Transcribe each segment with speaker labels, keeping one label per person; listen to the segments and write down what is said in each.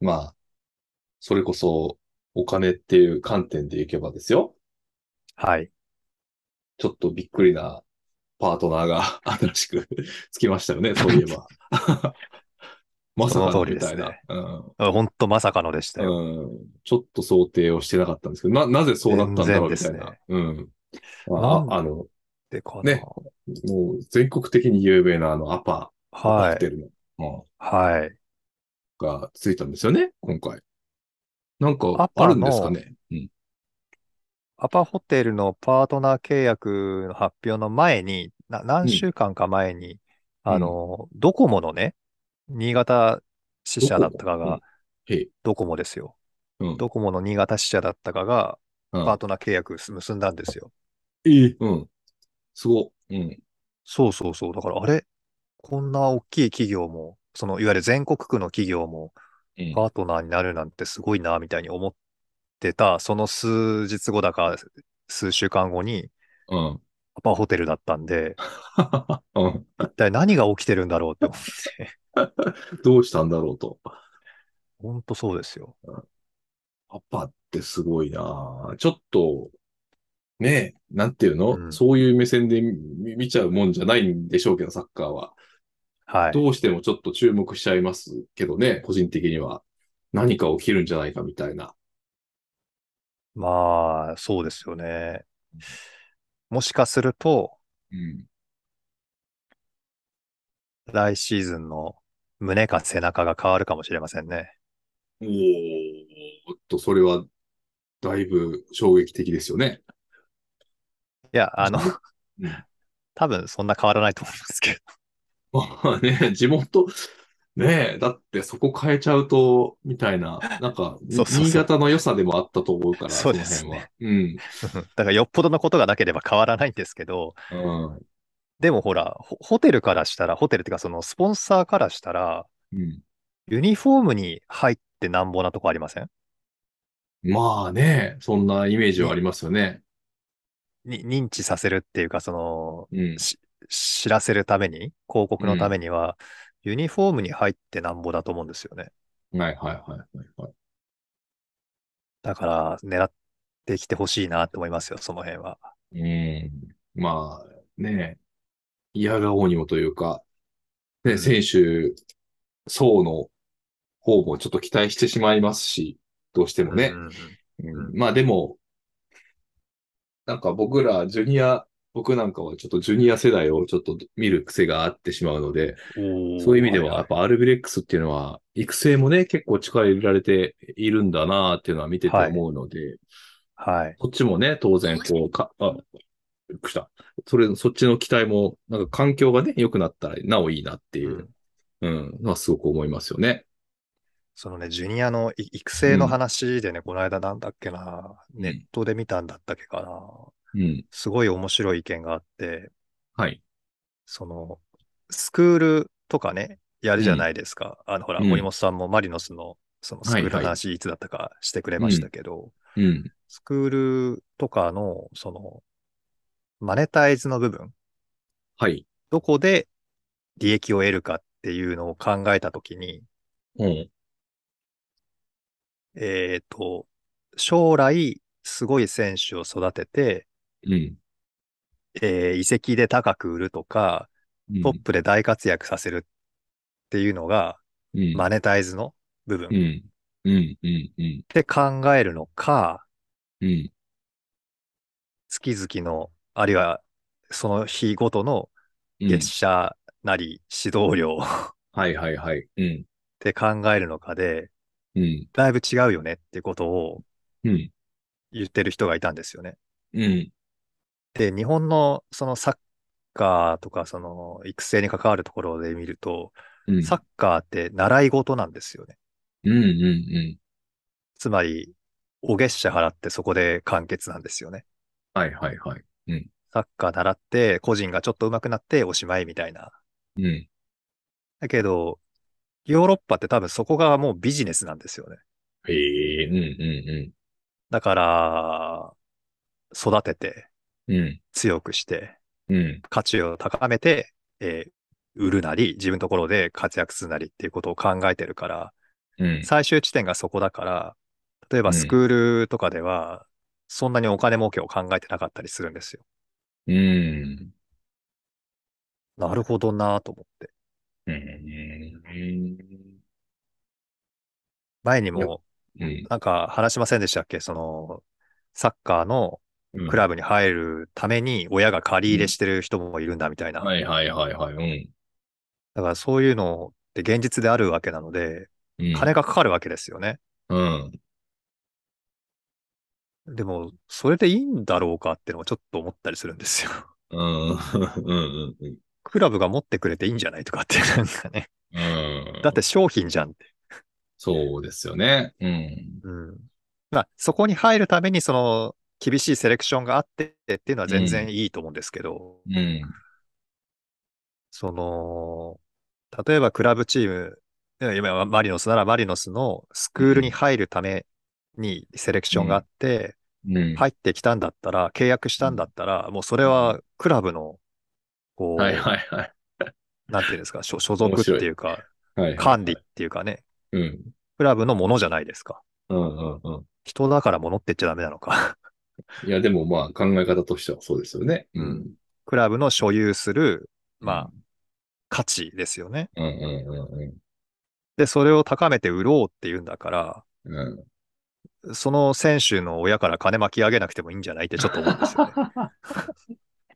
Speaker 1: まあ、それこそお金っていう観点でいけばですよ。
Speaker 2: はい。
Speaker 1: ちょっとびっくりなパートナーが 新しくつきましたよね、そういえば。 まさかの
Speaker 2: その通り
Speaker 1: み
Speaker 2: です
Speaker 1: た
Speaker 2: ね
Speaker 1: いな、うん
Speaker 2: あほんとまさかのでしたよ。
Speaker 1: うん。ちょっと想定をしてなかったんですけど、な、なぜそうなったんだろうみたい
Speaker 2: 全然です
Speaker 1: な。
Speaker 2: ね
Speaker 1: うん。
Speaker 2: なん
Speaker 1: あ、あの、
Speaker 2: でかな
Speaker 1: ねもう全国的に有名なあのアパ、アパ
Speaker 2: は
Speaker 1: ホ
Speaker 2: い。
Speaker 1: テルの、
Speaker 2: はい。
Speaker 1: うん、がついたんですよね、今回。なん
Speaker 2: ア
Speaker 1: か、
Speaker 2: パ
Speaker 1: あ
Speaker 2: の
Speaker 1: るんですかね。うん。
Speaker 2: アパホテルのパートナー契約の発表の前に、な何週間か前に、
Speaker 1: うん
Speaker 2: あの、ドコモのね、新潟支社だったかが、
Speaker 1: へい。
Speaker 2: ドコモですよ。
Speaker 1: うん。
Speaker 2: ドコモの新潟支社だったかが、
Speaker 1: うん
Speaker 2: パートナー契約す結んだんですよ。
Speaker 1: ええうん。すご。うん。
Speaker 2: そうそうそう。だから、あれこんな大きい企業も、その、いわゆる全国区の企業も、
Speaker 1: うん
Speaker 2: パートナーになるなんてすごいな、みたいに思ってた、その数日後だか、数週間後に、
Speaker 1: うん。
Speaker 2: アパホテルだった んで、
Speaker 1: うん。
Speaker 2: 一体何が起きてるんだろうって思って。
Speaker 1: どうしたんだろうと。
Speaker 2: ほんとそうですよ。
Speaker 1: アパってすごいなちょっと、ねえ、なんていうの、
Speaker 2: うん
Speaker 1: そういう目線で見見ちゃうもんじゃないんでしょうけど、サッカーは。
Speaker 2: はい。
Speaker 1: どうしてもちょっと注目しちゃいますけどね、個人的には。何か起きるんじゃないかみたいな。
Speaker 2: まあ、そうですよね。もしかすると、
Speaker 1: うん。
Speaker 2: 来シーズンの胸か背中が変わるかもしれませんね。
Speaker 1: おーっと、それは、だいぶ衝撃的ですよね。
Speaker 2: いや、 あの、
Speaker 1: うん
Speaker 2: 多分そんな変わらないと思いますけど。
Speaker 1: まあね、地元、ねえ、だってそこ変えちゃうと、みたいな、なんか、
Speaker 2: そうそうそう
Speaker 1: 新潟の良さでもあったと思うから、
Speaker 2: そうですね
Speaker 1: その辺は。
Speaker 2: だからよっぽどのことがなければ変わらないんですけど、
Speaker 1: うん。うん
Speaker 2: でもほら、ホホテルからしたら、ホテルっていうかそのスポンサーからしたら、
Speaker 1: うん。
Speaker 2: ユニフォームに入ってなんぼなとこありません
Speaker 1: まあね、そんなイメージはありますよね。
Speaker 2: に認知させるっていうか、その、
Speaker 1: うん。
Speaker 2: 知らせるために、広告のためには、ユニフォームに入ってなんぼだと思うんですよね。
Speaker 1: はいはいはいはいはい。
Speaker 2: だから、狙ってきてほしいなって思いますよ、その辺は。
Speaker 1: うん。まあね、嫌顔にもというか、
Speaker 2: う
Speaker 1: ね、
Speaker 2: ん
Speaker 1: 選手層の方もちょっと期待してしまいますし、どうしてもね
Speaker 2: う。んうん
Speaker 1: うんまあでも、なんか僕ら、ジュニア、僕なんかはちょっとジュニア世代をちょっと見る癖があってしまうので、
Speaker 2: うん
Speaker 1: そういう意味で
Speaker 2: おー
Speaker 1: はやっぱアルビレックスっていうのは、育成もね、結構力入れられているんだなっていうのは見てて
Speaker 2: はい
Speaker 1: 思うので、
Speaker 2: はい。、
Speaker 1: こっちもね、当然、こう、か、あ、びっくりした。それ、そっちの期待も、なんか環境がね、良くなったら、なおいいなっていううんうん、のはすごく思いますよね。
Speaker 2: そのね、ジュニアのい育成
Speaker 1: う
Speaker 2: の
Speaker 1: ん
Speaker 2: 話でね、この間なんだっけな、
Speaker 1: うん
Speaker 2: ネットで見たんだったっけかな。
Speaker 1: うん。
Speaker 2: すごい面白い意見があって、
Speaker 1: はい。
Speaker 2: その、スクールとかね、やるじゃないですか。あの、ほら、
Speaker 1: うん
Speaker 2: 森本さんもマリノスの、そのスクールの話、いつだったかしてくれましたけど、
Speaker 1: うん。
Speaker 2: スクールとかの、その、マネタイズの部分、
Speaker 1: はい。
Speaker 2: どこで利益を得るかっていうのを考えたときに、
Speaker 1: うん。
Speaker 2: えっ、と、将来、すごい選手を育てて、
Speaker 1: うん。
Speaker 2: えー、移籍で高く売るとか、
Speaker 1: うん
Speaker 2: トップで大活躍させるっていうのが、
Speaker 1: うん。
Speaker 2: マネタイズの部分
Speaker 1: う
Speaker 2: っ
Speaker 1: ん。うん。うん。うん。
Speaker 2: て考えるのか、
Speaker 1: うん。
Speaker 2: 月々の、あるいはその日ごとの
Speaker 1: うん
Speaker 2: 月謝なり指導料っ
Speaker 1: はいはいはい。うん。
Speaker 2: て考えるのかで、
Speaker 1: うん。
Speaker 2: だいぶ違うよねってことを
Speaker 1: うん。
Speaker 2: 言ってる人がいたんですよね。
Speaker 1: うん。
Speaker 2: で、日本のそのサッカーとか、その育成に関わるところで見ると、
Speaker 1: うん。
Speaker 2: サッカーって習い事なんですよね。
Speaker 1: うん。うん。うん。
Speaker 2: つまり、お月謝払ってそこで完結なんですよね。
Speaker 1: はいはいはい。
Speaker 2: サッカー習って、個人がちょっと上手くなっておしまいみたいな。
Speaker 1: うん。
Speaker 2: だけど、ヨーロッパって多分そこがもうビジネスなんですよね。
Speaker 1: へえ、うん。う
Speaker 2: だから、育てて、
Speaker 1: ん。うん。うん。
Speaker 2: 強くして、
Speaker 1: うん。
Speaker 2: 価値を高めて、えー売るなり、自分のところで活躍するなりっていうことを考えてるから、
Speaker 1: うん。
Speaker 2: 最終地点がそこだから、例えばスクールとかでは、そんなにお金儲けを考えてなかったりするんですよ。
Speaker 1: うん。
Speaker 2: なるほどなぁと思って。
Speaker 1: うん。
Speaker 2: 前に
Speaker 1: いや
Speaker 2: も、
Speaker 1: うん。
Speaker 2: なんか話しませんでしたっけその、サッカーの
Speaker 1: うん
Speaker 2: クラブに入るために親が借り入れしてる人もいるんだみたいな。
Speaker 1: はいはいはいはい。
Speaker 2: だからそういうのって現実であるわけなので、
Speaker 1: うん。うん
Speaker 2: 金がかかるわけですよね。
Speaker 1: うん。
Speaker 2: でも、それでいいんだろうかってのをちょっと思ったりするんですよ。
Speaker 1: うん。うん。うん。
Speaker 2: クラブが持ってくれていいんじゃないとかって、 なんかね。
Speaker 1: うん。
Speaker 2: だって商品じゃんって。
Speaker 1: そうですよね。うん。
Speaker 2: うん。まあ、そこに入るために、その、厳しいセレクションがあってっていうのは全然いいと思うんですけど、
Speaker 1: うん。
Speaker 2: その、例えばクラブチーム、え今はマリノスならマリノスのスクールに入るためにセレクションがあって、
Speaker 1: うん。
Speaker 2: 入ってきたんだったら、契約したんだったら、もうそれはクラブの、こう、
Speaker 1: はいはいはい。
Speaker 2: なんていうんですか、所所属っていうか、
Speaker 1: はいはい。
Speaker 2: 管理っていうかね、
Speaker 1: うん。
Speaker 2: クラブのものじゃないですか。
Speaker 1: うんうんうん。
Speaker 2: 人だからものって言っちゃダメなのか。
Speaker 1: いや、でもまあ考え方としてはそうですよね。うん。
Speaker 2: クラブの所有する、まあ、価値ですよね。
Speaker 1: あ。うんうんうんう
Speaker 2: で、それを高めて売ろうっていうんだから、
Speaker 1: ん。うん。
Speaker 2: その選手の親から金巻き上げなくてもいいんじゃないってちょっと思うんで すよね。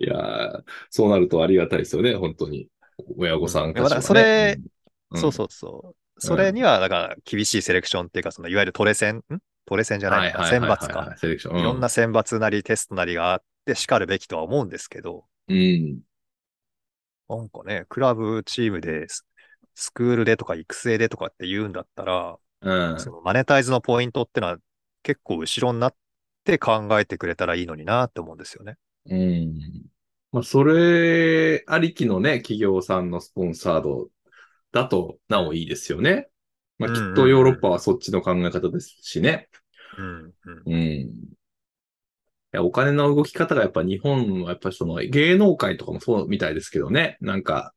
Speaker 1: いやーそうなるとありがたいですよね、本当に。親御さんたちは、ね。
Speaker 2: いやだからそれ
Speaker 1: ん、
Speaker 2: そうそうそう。それには、だから、厳しいセレクションっていうか、その、いわゆるトレセン、んトレセンじ
Speaker 1: うん。
Speaker 2: ゃないのか、選
Speaker 1: は
Speaker 2: 抜
Speaker 1: いはいはいは
Speaker 2: か。
Speaker 1: い。セレクション。
Speaker 2: いろんな選抜なりテストなりがあって、しかるべきとは思うんですけど、
Speaker 1: うん。
Speaker 2: なんかね、クラブチームでス、スクールでとか育成でとかって言うんだったら、
Speaker 1: うん。
Speaker 2: そのマネタイズのポイントってのは結構後ろになって考えてくれたらいいのになって思うんですよね。
Speaker 1: うん。まあ、それありきのね、企業さんのスポンサードだと、なおいいですよね。まあ、
Speaker 2: うん
Speaker 1: き
Speaker 2: うんうん
Speaker 1: っとヨーロッパはそっちの考え方ですしね。
Speaker 2: うん、うん。
Speaker 1: うん。いや、お金の動き方がやっぱ日本はやっぱその芸能界とかもそうみたいですけどね。なんか、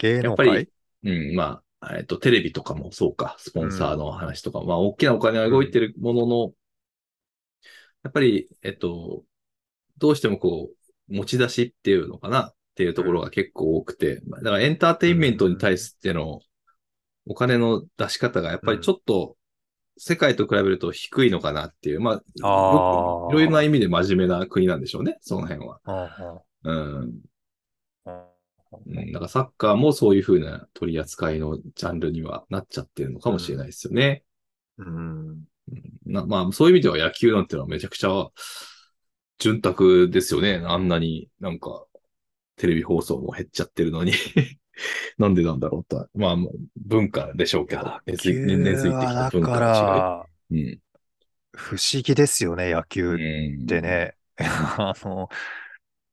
Speaker 2: 芸
Speaker 1: や
Speaker 2: 能
Speaker 1: っぱ
Speaker 2: 界
Speaker 1: り、うん、まあ、えっと、テレビとかもそうか、スポンサーの話とか、まあ、大きなお金が動いてるものの、やっぱり、えっと、どうしてもこう、持ち出しっていうのかなっていうところが結構多くて、まあだからエンターテインメントに対してのお金の出し方がやっぱりちょっと世界と比べると低いのかなっていう、まあ、
Speaker 2: あー
Speaker 1: いろいろな意味で真面目な国なんでしょうね、その辺は。
Speaker 2: うん
Speaker 1: うん。
Speaker 2: うん
Speaker 1: うん、だからサッカーもそういう風な取り扱いのジャンルにはなっちゃってるのかもしれないですよね。
Speaker 2: うんうん
Speaker 1: なまあ、そういう意味では野球なんてのはめちゃくちゃ潤沢ですよね。あんなになんかテレビ放送も減っちゃってるのに。 なんでなんだろうと。まあ、もう文化でしょうけど。根付い根付いてきた
Speaker 2: だ
Speaker 1: 文
Speaker 2: か
Speaker 1: 化
Speaker 2: ら、
Speaker 1: の違い。
Speaker 2: 不思議ですよね、野
Speaker 1: うん。
Speaker 2: 球ってね。あの、